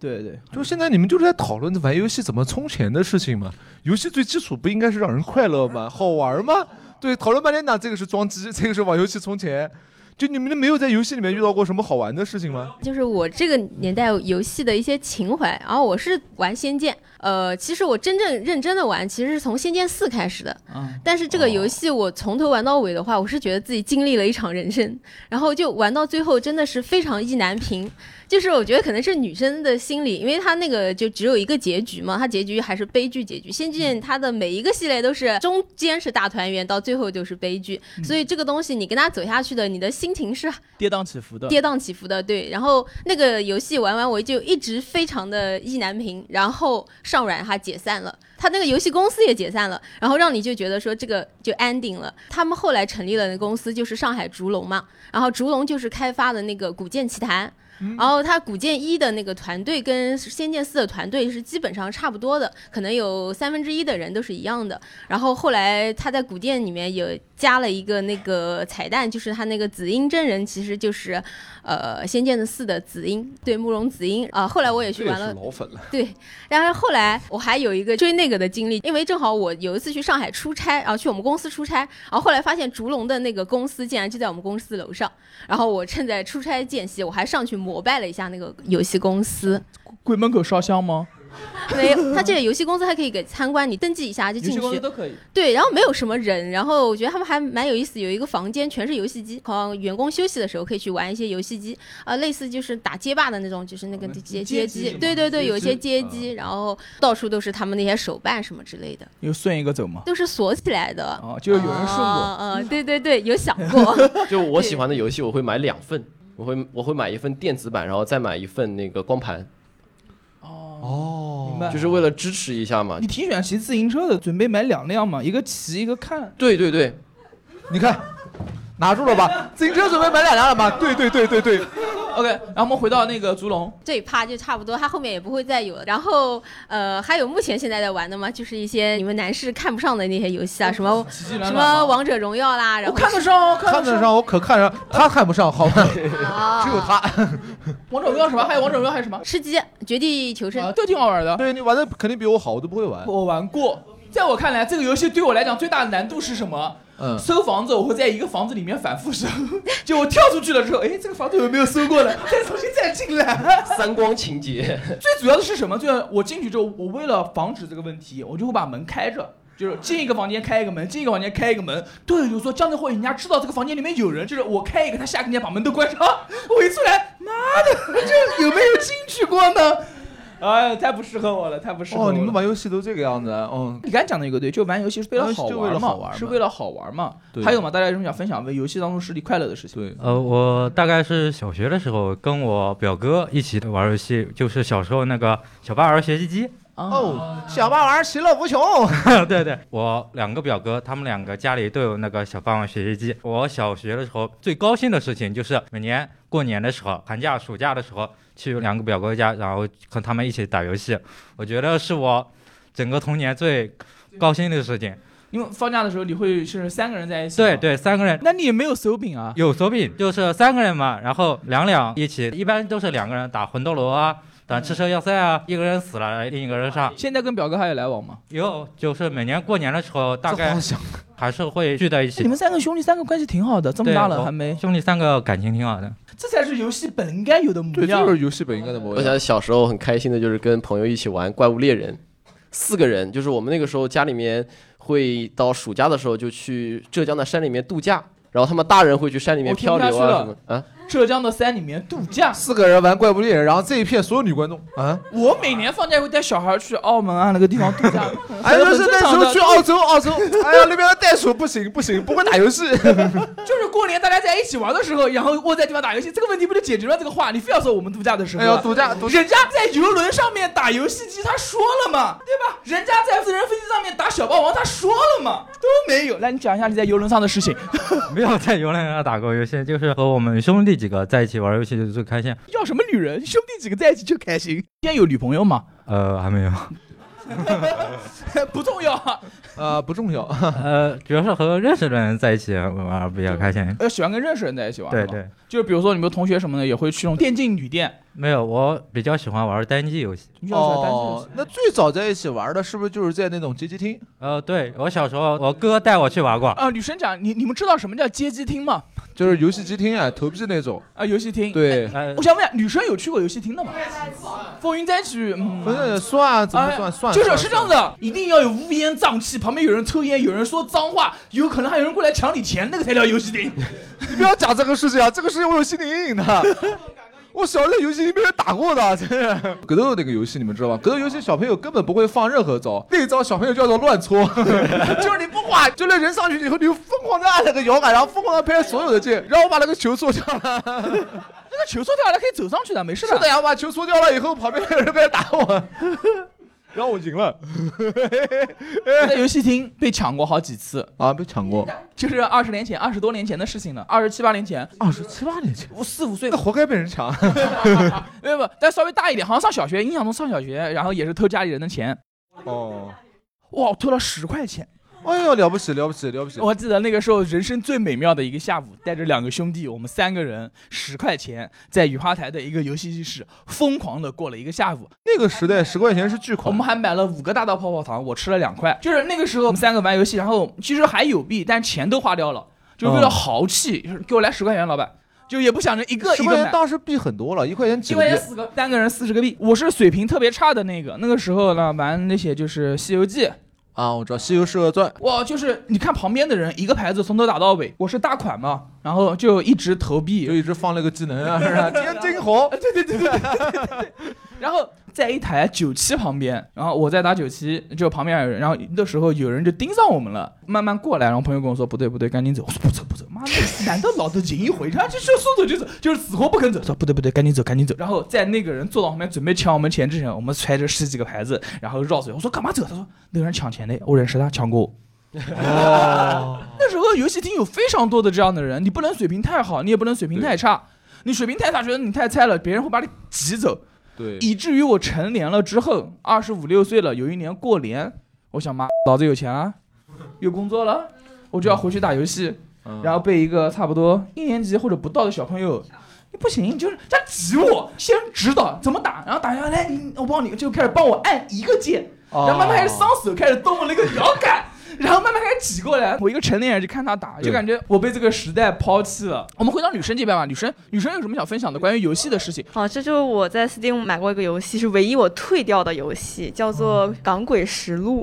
对对，就现在你们就是在讨论玩游戏怎么充钱的事情嘛？游戏最基础不应该是让人快乐吗？好玩吗？对，讨论半天呢，这个是装机，这个是玩游戏充钱，就你们没有在游戏里面遇到过什么好玩的事情吗？就是我这个年代游戏的一些情怀。然后我是玩《仙剑》，呃，其实我真正认真的玩，其实是从《仙剑四》开始的。嗯但是这个游戏我从头玩到尾的话，我是觉得自己经历了一场人生，然后就玩到最后真的是非常意难平。就是我觉得可能是女生的心理，因为它那个就只有一个结局嘛，它结局还是悲剧结局。仙嗯剑它的每一个系列都是中间是大团圆，到最后就是悲剧，嗯所以这个东西你跟它走下去的，你的心情是跌宕起伏的，跌宕起伏的，对。然后那个游戏玩完，我就一直非常的意难平。然后上软它解散了，它那个游戏公司也解散了，然后让你就觉得说这个就 ending 了。他们后来成立了那公司，就是上海竹龙嘛。然后竹龙就是开发的那个《古剑奇谭》。然后它《古剑一》的那个团队跟《仙剑四》的团队是基本上差不多的，可能有三分之一的人都是一样的。然后后来他在《古剑》里面有加了一个那个彩蛋，就是他那个紫英真人其实就是，呃，《仙剑四》的紫英，对，慕容紫英啊、后来我也去玩了，老粉了。对，然后后来我还有一个追那个的经历，因为正好我有一次去上海出差，然后去我们公司出差，然后后来发现竹龙的那个公司竟然就在我们公司楼上，然后我趁在出差间隙，我还上去膜拜了一下那个游戏公司，鬼门口烧香吗？没有，他这个游戏公司还可以给参观，你登记一下啊就游进戏公司去都。可以。对，然后没有什么人，然后我觉得他们还蛮有意思，有一个房间全是游戏机，好像员工休息的时候可以去玩一些游戏机，啊、类似就是打街霸的那种，就是那个街街机机是，吗对对对，街有一些机街机，然后到处都是他们那些手办什么之类的，又顺一个走吗？都是锁起来的。哦，就是有人顺啊过。啊，对对对，有想过。 就我喜欢的游戏，我会买两份，我会我会买一份电子版，然后再买一份那个光盘。哦，明白。就是为了支持一下嘛你。挺喜欢骑自行车的，准备买两辆嘛，一个骑一个看。对对对，你看，拿住了吧？自行车准备买两辆了吗？对对对对 对， OK，然后我们回到那个烛龙，这一趴就差不多，它后面也不会再有了。然后，呃，还有目前现在在玩的嘛，就是一些你们男士看不上的那些游戏啊，什么迹来了什么王者荣耀啦，然后看得上，嗯看得上我可看上，他看不上，好吗？只有他。王者荣耀什么？还有王者荣耀还有什么？啊吃鸡、绝地求啊生，都挺好玩的。对你玩的肯定比我好，我都不会玩。我玩过。在我看来，这个游戏对我来讲最大的难度是什么？嗯搜房子，我会在一个房子里面反复搜， 就我跳出去了之后，哎，这个房子有没有搜过呢？再重新再进来。三光情节。最主要的是什么？就是我进去之后，我为了防止这个问题，我就会把门开着。就是进一个房间开一个门，进一个房间开一个门，对，就说这样的话，人家知道这个房间里面有人。就是我开一个，他下个人家把门都关上。啊我一出来，妈的，这有没有进去过呢？哎，太不适合我了，太不适合我哦，了。你们玩游戏都这个样子啊？嗯，你刚才讲的一个对，就玩游戏是为了好玩嘛玩嘛，是为了好玩嘛。对还有嘛，大家有什么想分享为游戏当中实际快乐的事情？对，呃，我大概是小学的时候跟我表哥一起玩游戏，就是小时候那个小霸王学习机。啊哦，小霸王其乐无穷。对对，我两个表哥，他们两个家里都有那个小霸王学习机。我小学的时候最高兴的事情就是每年过年的时候、寒假、暑假的时候去两个表哥家，然后和他们一起打游戏。我觉得是我整个童年最高兴的事情。因为放假的时候你会是三个人在一起，对对，三个人。那你也没有手柄啊？有手柄，就是三个人嘛，然后两两一起，一般都是两个人打魂斗罗啊，打吃蛇要塞啊，一个人死了，另一个人上。现在跟表哥还有来往吗？有，就是每年过年的时候，大概好还是会聚在一起。你们三个兄弟三个关系挺好的，这么大对了我还没，兄弟三个感情挺好的。这才是游戏本应该有的模样。游戏本应该的模我想小时候很开心的就是跟朋友一起玩《怪物猎人》，四个人，就是我们那个时候家里面会到暑假的时候就去浙江的山里面度假，然后他们大人会去山里面我哦听漂不下流去啊什么了啊。浙江的山里面度假，四个人玩怪物猎人，然后这一片所有女观众啊，，我每年放假会带小孩去澳门啊那个地方 度假哎，就是那时候去澳洲，澳洲，哎呀，那边的袋鼠不行不行，不会打游戏。就是过年大家在一起玩的时候，然后窝在地方打游戏，这个问题不就解决了这个话？你非要说我们度假的时候，啊哎呦度假度 人家在游轮上面打游戏机，他说了嘛，对吧？人家在私人飞机上面打小霸王，他说了嘛，都没有。来，你讲一下你在游轮上的事情。没有在游轮上打过游戏，就是和我们兄弟几个在一起玩游戏就最开心。要什么女人？兄弟几个在一起就开心。现在有女朋友吗？呃，还没有。 不重要啊。呃，不重要。呃，主要是和认识的人在一起玩比较开心。呃，喜欢跟认识人在一起玩。对是吧对，就是比如说你们同学什么的也会去那种电竞女店。没有，我比较喜欢玩单机游戏。哦，那最早在一起玩的是不是就是在那种街机厅？呃，对我小时候，我哥带我去玩过。啊、女生讲，你你们知道什么叫街机厅吗？就是游戏机厅啊，投币那种啊，游戏厅。对，我想问一下，女生有去过游戏厅的吗？风云灾区，嗯，不是呃算啊怎么哎算算？就是算是这样的，一定要有乌烟瘴气，旁边有人抽烟，有人说脏话，有可能还有人过来抢你钱，那个才叫游 戏厅。你不要讲这个事情啊，这个事情我有心理阴影的。 我小时候在游戏里被人打过的，真是。格斗那个游戏你们知道吗？格斗游戏小朋友根本不会放任何招，那一招小朋友叫做乱搓， 就是你不管，就那人上去以后，你就疯狂的按那个摇杆，然后疯狂的拍所有的键，然后把那个球搓掉了。那个球搓掉了可以走上去的，没事的。是的呀，我把球搓掉了以后，旁边的人开始打我，然后我赢了。我在游戏厅被抢过好几次啊，被抢过。就是二十年前、二十多年前的事情了，二十七八年前，二十七八年前，我四五岁，那活该被人抢。没有没有，但稍微大一点，好像上小学，印象中上小学，然后也是偷家里人的钱，哦，哇，我偷了十块钱。哎呦，了不起，了不起，了不起！我记得那个时候人生最美妙的一个下午，带着两个兄弟，我们三个人十块钱，在雨花台的一个游戏室疯狂的过了一个下午。那个时代十块钱是巨款，我们还买了五个大大泡泡糖，我吃了两块。就是那个时候我们三个玩游戏，然后其实还有币，但钱都花掉了，就是为了豪气，就是给我来十块钱，老板。就也不想着一个十一块个钱买，当时币很多了，一块钱几一个块币钱。四个，三个人四十个币。我是水平特别差的那个，那个时候呢玩那些就是《西游记》，啊，我知道《西游记》传，哇，就是你看旁边的人一个牌子从头打到尾，我是大款嘛，然后就一直投币，就一直放那个技能啊，是吧？ 天津红，对对对对对对对对。然后在一台九七旁边，然后我在打九七，就旁边还有人，然后那时候有人就盯上我们了，慢慢过来，然后朋友跟我说不对不对，赶紧走，我说不走不走，妈的， 难道老子赢一回，他就就说走就走，就是死活不肯走，说不对不对，赶紧走赶紧走。然后在那个人坐到旁边准备抢我们钱之前，我们揣着十几个牌子，然后绕着，我说干嘛走？他说那个人抢钱的，我认识他，抢过我。哦， 那时候游戏厅有非常多的这样的人，你不能水平太好，你也不能水平太差，你水平太差，觉得你太菜了，别人会把你挤走，对以至于我成年了之后，二十五六岁了，有一年过年，我想妈，老子有 钱了，有工作了，我就要回去打游戏，嗯然后被一个差不多一年级或者不到的小朋友。你不行，就是他挤我，先指导怎么打，然后打下来，来你我帮你，就开始帮我按一个键，哦然后慢慢开始上手，开始动我那个摇杆， 然后慢慢开始挤过来。我一个成年人就看他打，对就感觉我被这个时代抛弃了。我们回到女生这边吧，女生女生有什么想分享的关于游戏的事情？哦，这就是我在 Steam 买过一个游戏，是唯一我退掉的游戏，叫嗯做《港鬼实录》。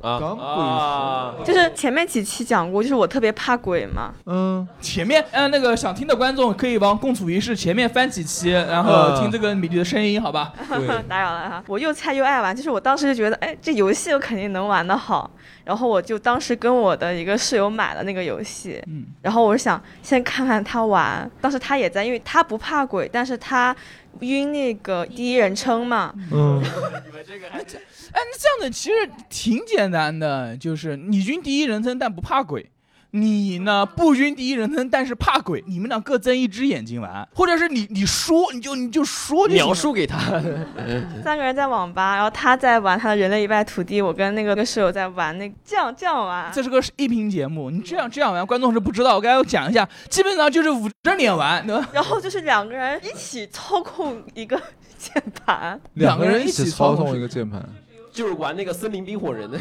啊，港鬼就是前面几期讲过，就是我特别怕鬼嘛。嗯，前面嗯、呃那个想听的观众可以往《共处一室》前面翻几期，然后呃听这个米粒的声音，好吧？ 打扰了哈，啊我又菜又爱玩，就是我当时就觉得，哎，这游戏我肯定能玩得好，然后我就当时跟我的一个室友买了那个游戏，嗯，然后我是想先看看他玩，当时他也在，因为他不怕鬼，但是他晕那个第一人称嘛，嗯，哎，那这样的其实挺简单的，就是你晕第一人称但不怕鬼，你呢不晕第一人称但是怕鬼，你们俩各睁一只眼睛玩，或者是你你说你就你就说就行了描述给他。三个人在网吧，然后他在玩他的人类一败涂地，我跟那个室友在玩那个这样这样玩，这是个音频节目，你这样这样玩，观众是不知道。我刚才要讲一下，基本上就是捂着脸玩，对吧？然后就是两个人一起操控一个 键盘，两个人一一起起操操纵纵一个键盘，就是玩那个森林冰火人 的，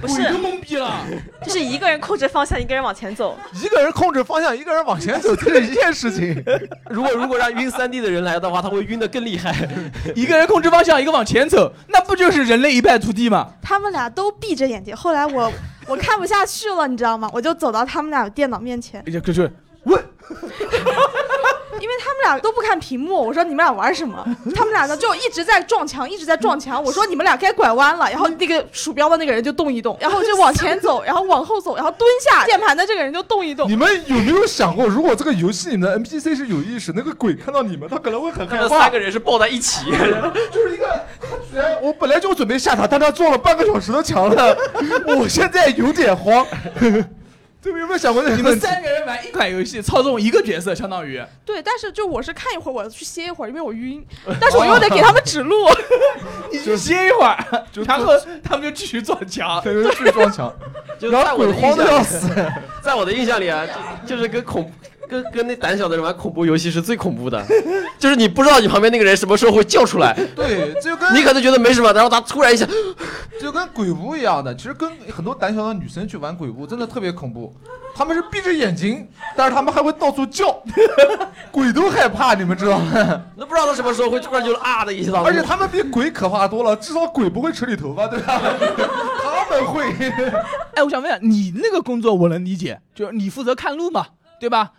不是懵逼了，就是一个人控制方向，一个人往前走。一个人控制方向，一个人往前走，这是一件事情。如果如果让晕三 D 的人来的话，他会晕得更厉害。一个人控制方向，一个往前走，那不就是人类一败涂地吗？他们俩都闭着眼睛。后来我我看不下去了，你知道吗？我就走到他们俩的电脑面前，就就是 因为他们俩都不看屏幕，我说你们俩玩什么？他们俩呢就一直在撞墙，一直在撞墙。我说你们俩该拐弯了，然后那个鼠标的那个人就动一动，然后就往前走，然后往后走，然后蹲下，键盘的这个人就动一动。你们有没有想过，如果这个游戏里面的 NPC 是有意识，那个鬼看到你们，他可能会很他害们怕。三个人是抱在一起， 就是一个，他居然我本来就准备下场，但他撞了半个小时的墙了， 我现在有点慌。 对面有没有想过这个你问们题？三个人玩一款游戏，操纵一个角色，相当于对，但是就我是看一会儿，我去歇一会儿，因为我晕，但是我又得给他们指路。你去歇一会儿， 然后他们就继续撞墙，对，继续撞墙，就在我的印象里然后鬼慌得要死。在我的印象里啊，就就是跟恐跟跟那胆小的人玩恐怖游戏是最恐怖的， 就是你不知道你旁边那个人什么时候会叫出来，对，这就跟你可能觉得没什么，然后他突然一下，就跟鬼屋一样的，其实跟很多胆小的女生去玩鬼屋真的特别恐怖。他们是闭着眼睛，但是他们还会到处叫， 鬼都害怕，你们知道 吗？都不知道他什么时候会突然就啊的一下。而且他们比鬼可怕多了，至少鬼不会扯你头发，对吧？ 他们会。 哎，我想问你那个工作我能理解，就是你负责看路嘛，对吧？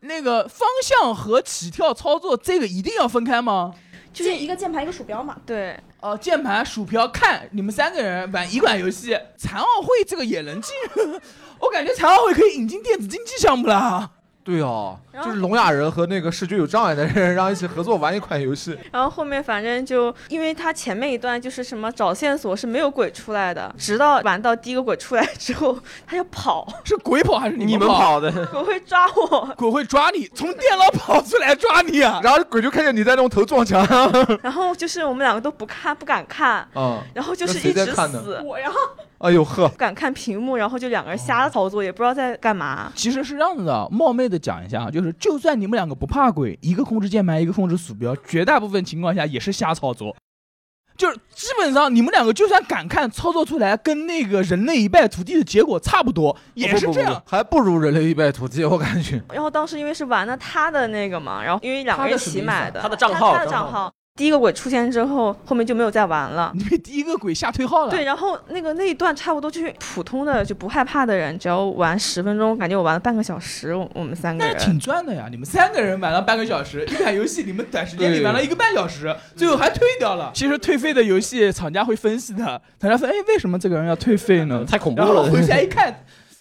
那个方向和起跳操作这个一定要分开吗？就是一个键盘一个鼠标嘛。对。哦、键盘、鼠标看，你们三个人玩一款游戏，残奥会这个也能进， 我感觉残奥会可以引进电子竞技项目啦。对哦，就是聋哑人和那个视觉有障碍的人，然后一起合作玩一款游戏。然后后面反正就，因为他前面一段就是什么找线索是没有鬼出来的，直到玩到第一个鬼出来之后，他要跑， 是鬼跑还是你们跑的？鬼会抓我，鬼会抓你，从电脑跑出来抓你 啊！然后鬼就看见你在用头撞 墙，然后就是我们两个都不看，不敢看，嗯然后就那是谁一在直看呢死，我然后 哎呦呵不，敢看屏幕，然后就两个人哦瞎操作，也不知道在干嘛。其实是这样子的，冒昧的讲一下，啊就是就算你们两个不怕鬼，一个控制键盘，一个控制鼠标，绝大部分情况下也是瞎操作。就是基本上你们两个就算敢看，操作出来跟那个人类一败涂地的结果差不多，也是这样。不不不还不如人类一败涂地，我感觉。然后当时因为是玩了他的那个嘛，然后因为两个人一起他的买什么意思的啊他的账号他的账账号号。第一个鬼出现之后，后面就没有再玩了。你被第一个鬼吓退号了。对，然后那个那一段差不多就是普通的就不害怕的人，只要玩十分钟，感觉我玩了半个小时，我我们三个但人。是挺赚的呀！你们三个人玩了半个小时，一款游戏你们短时间里玩了一个半小时，最后还退掉了。嗯其实退费的游戏厂家会分析的，厂家说：“哎，为什么这个人要退费呢？太恐怖了然后回家一看，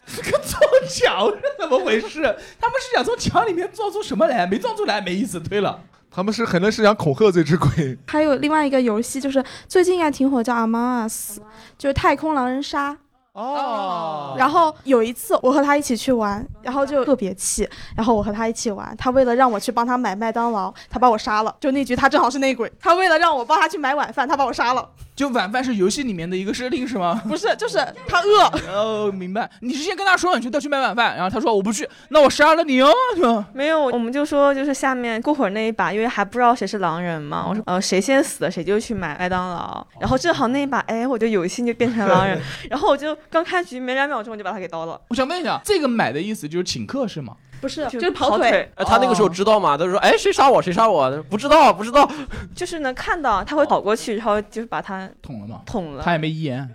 这个撞墙是怎么回 事？他们是想从墙里面撞出什么来？没撞出来，没意思，退了。他们是可能是想恐吓这只鬼。还有另外一个游戏，就是最近还挺火，叫《Among Us》，就是太空狼人杀。哦。然后有一次我和他一起去玩，然后就特别气，然后我和他一起玩，他为了让我去帮他买麦当劳，他把我杀了。就那局他正好是内鬼，他为了让我帮他去买晚饭，他把我杀了。就晚饭是游戏里面的一个设定是 吗？不是，就是他饿。哦，明白。你是先跟他说你去，他去买晚饭，然后他说我不去，那我杀了你哦，是吧？没有，我们就说就是下面过会儿那一把，因为还不知道谁是狼人嘛。我说呃谁先死了谁就去买麦当哦劳。然后正好那一把，哎，我就有幸就变成 狼人。然后我就刚开局没两秒钟我就把他给刀了。我想问一下，这个买的意思就是请客是吗？不是，就是跑腿。哎他那个时候知道吗？他就说：“哎，谁杀我？谁杀我？”他说不知道，不知道。就是能看到他会跑过去，然后就是把他捅了嘛，捅了。他也没遗言。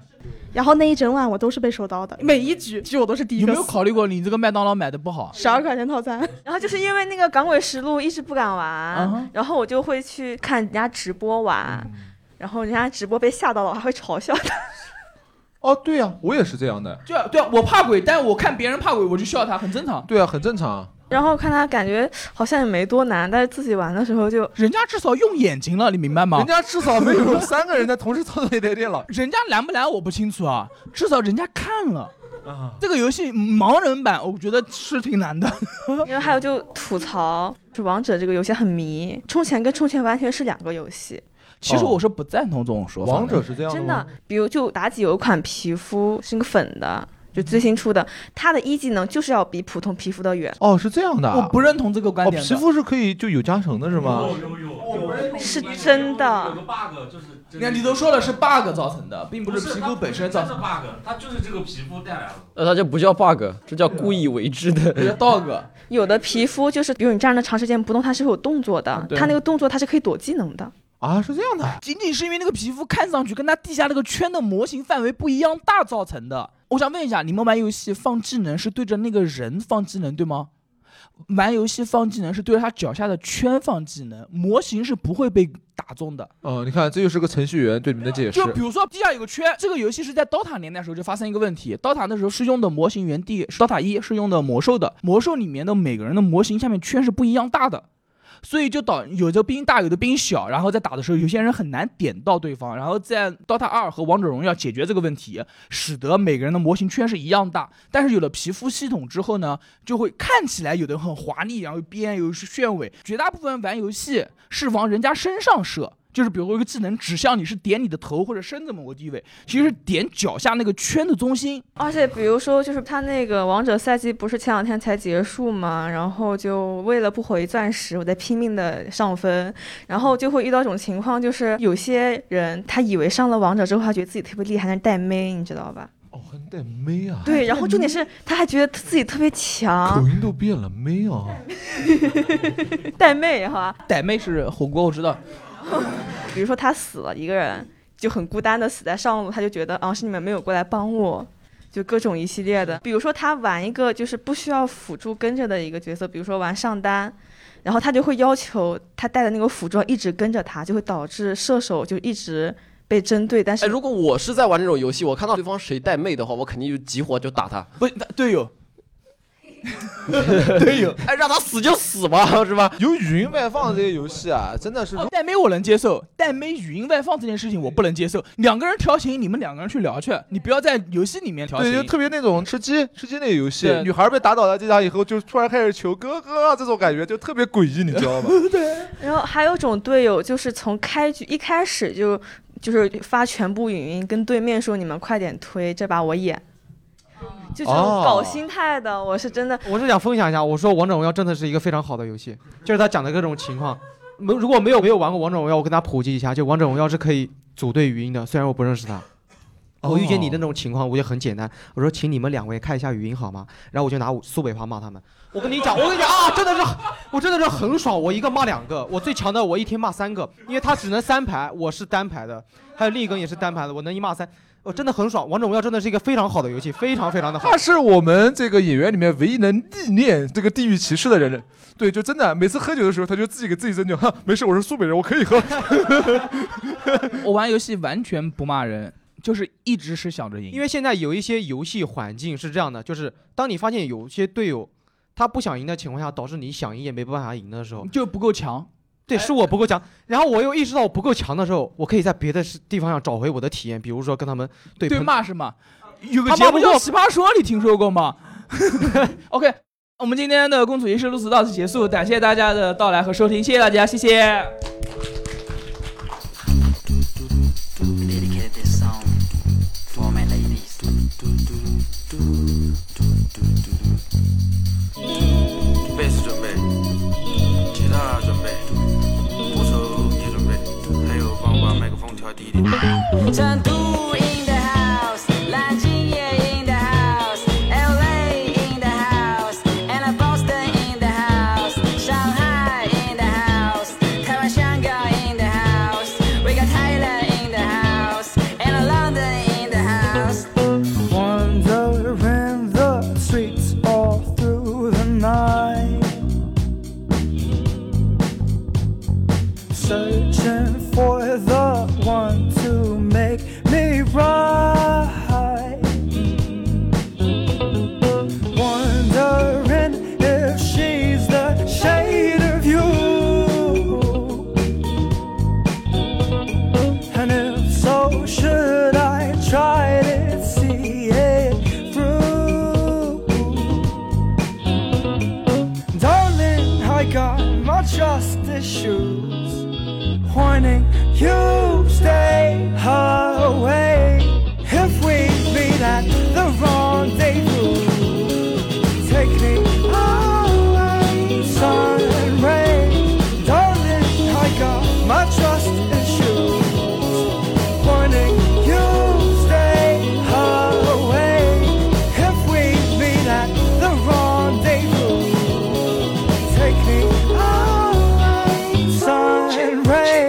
然后那一整晚我都是被收刀的，每一局局我都是第一有个没死。有考虑过你这个麦当劳买的不好？十二块钱套餐？然后就是因为那个《港鬼实录》一直不敢玩，嗯哼然后我就会去看人家直播玩，然后人家直播被吓到了，我还会嘲笑他。 哦，对呀、我也是这样的。对啊，对啊，我怕鬼，但我看别人怕鬼，我就笑他，很正常。对啊，很正常。然后看他感觉好像也没多难，但是自己玩的时候就人家至少用眼睛了，你明白吗？人家至少没有三个人在同时操作一台 电脑。人家拦不拦我不清楚啊，至少人家看了。啊，这个游戏盲人版，我觉得是挺难的。因为还有就吐槽，就王者这个游戏很迷，充钱跟充钱完全是两个游戏。其实我是不赞同这种说法的。哦王者是这样真的，比如就妲己有一款皮肤是个粉的，就最新出的，它的一技能就是要比普通皮肤的远。哦，是这样的啊。我不认同这个观哦，点的皮肤是可以就有加成的是吗？是真的。你看，你都说了是 bug 造成的，并不是皮肤本身造成的。 bug，它就是这个皮肤带来的。那呃他这不叫 bug，这叫故意为之的。叫 dog。有的皮肤就是，比如你站着长时间不动，它是会有动作的，对它那个动作它是可以躲技能的。啊，是这样的，仅仅是因为那个皮肤看上去跟它地下那个圈的模型范围不一样大造成的。我想问一下，你们玩游戏放技能是对着那个人放技能对吗？玩游戏放技能是对着他脚下的圈放技能，模型是不会被打中的。哦，你看，这就是个程序员对你们的解释就。比如说地下有个圈，这个游戏是在 DOTA 年代时候就发生一个问题，DOTA 那时候是用的模型原地，DOTA 一是用的魔兽的，魔兽里面的每个人的模型下面圈是不一样大的。所以就导有的兵大，有的兵小，然后在打的时候，有些人很难点到对方。然后在 DOTA 二和王者荣耀解决这个问题，使得每个人的模型圈是一样大。但是有了皮肤系统之后呢，就会看起来有的很华丽，然后边有炫尾。绝大部分玩游戏是往人家身上射。就是比如说一个技能指向你是点你的头或者身子某个地位，其实是点脚下那个圈的中心。而且比如说，就是他那个王者赛季不是前两天才结束嘛，然后就为了不回钻石，我在拼命的上分，然后就会遇到一种情况，就是有些人他以为上了王者之后，他觉得自己特别厉害，但是带妹，你知道吧？带哦妹啊，对，然后重点是他还觉得自己特 别口强，音都变了，妹啊，带妹好吧？傣妹是火锅，我知道。比如说他死了一个人，就很孤单的死在上路，他就觉得啊是你们没有过来帮我，就各种一系列的。比如说他玩一个就是不需要辅助跟着的一个角色，比如说玩上单，然后他就会要求他带的那个辅助要一直跟着他，就会导致射手就一直被针对。但是哎，如果我是在玩这种游戏，我看到对方谁带妹的话，我肯定就急火就打他。不，队友，队友，哎，让他死就死吧，是吧？有语音外放的这些游戏啊，真的是哦，带妹我能接受，带妹语音外放这件事情我不能接受。两个人调情，你们两个人去聊去，你不要在游戏里面调对，情。就特别那种吃鸡吃鸡那个游戏对，女孩被打倒在地上以后，就突然开始求哥哥啊，这种感觉就特别诡异，你知道吗？然后还有种队友，就是从开局一开始就就是发全部语音跟对面说你们快点推，这把我演，就这种哦搞心态的，我是真的。 我是想分享一下，我说《王者荣耀》真的是一个非常好的游戏，就是它讲的各种情况。没如果没有没有玩过《王者荣耀》，我跟大家普及一下，就《王者荣耀》是可以组队语音的，虽然我不认识他。哦我遇见你的那种情况，我就很简单，我说请你们两位看一下语音好吗？然后我就拿我苏北话骂他们。我跟你讲，我跟你讲啊，真的是，我真的是很爽，我一个骂两个，我最强的我一天骂三个，因为他只能三排，我是单排的，还有另一个也是单排的，我能一骂三，我真的很爽。王者荣耀真的是一个非常好的游戏，非常非常的好他。是我们这个演员里面唯一能历练这个地域歧视的人了。对，就真的每次喝酒的时候，他就自己给自己斟酒，哈，没事，我是苏北人，我可以喝。我玩游戏完全不骂人，就是一直是想着赢。因为现在有一些游戏环境是这样的，就是当你发现有些队友他不想赢的情况下，导致你想赢也没办法赢的时候，就不够强。对，是我不够强。然后我又意识到我不够强的时候，我可以在别的事地方上找回我的体验，比如说跟他们对对喷骂是吗？有个他节骂目不叫过《奇葩说》，你听说过吗 ？OK，我们今天的公主仪式录制到此结束，感谢大家的到来和收听，谢谢大家，谢谢。 dedicated this song to all my ladies. bass 准备，吉他准备，鼓手也准备，还有帮我把麦克风调低一点。成都 in the house，南京也 in the house，LA in the house，and Boston in the house，上海 in the house，台湾香港 in the house，we got Thailand in the house，and London in the house。 Wander in the streets all through the night. Searching for the one to make me right. Wondering if she's the shade of you. And if so, should I try to see it through? Darling, I got my trust issues. Warning, you stay away. If we meet at the rendezvous, take me away, sun rays. Darling, I got my trust issues. Warning, you stay away. If we meet at the rendezvous, take me away, sun rays.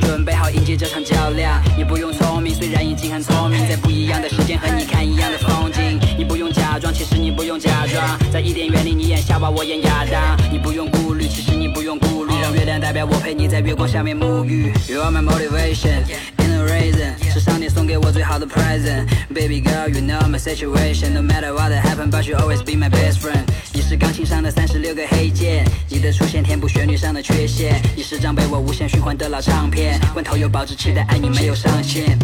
准备好迎接这场较量。你不用聪明，虽然已经很聪明，在不一样的时间和你看一样的风景。你不用假装，其实你不用假装，在伊甸园里你演夏娃，我演亚当。你不用顾虑，其实你不用顾虑，让月亮代表我陪你在月光下面沐浴。You are my motivation. in a Reason, 是上帝送给我最好的 present Baby girl, you know my situation No matter what that happen, but you always be my best friend 你是钢琴上的三十六个黑键，你的出现填补旋律上的缺陷。你是张被我无限循环的老唱片，罐头有保质期的爱你没有上限。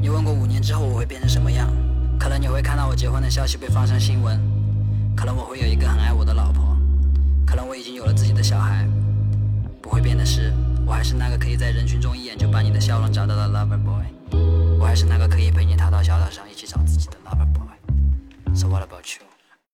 你问过五年之后我会变成什么样？可能你会看到我结婚的消息被放上新闻，可能我会有一个很爱我的老婆，可能我已经有了自己的小孩。不会变的是，我还是那个可以在人群中一眼就把你的笑容找到的 lover boy，我还是那个可以陪你踏到小岛上一起找自己的 lover boy。So what about you？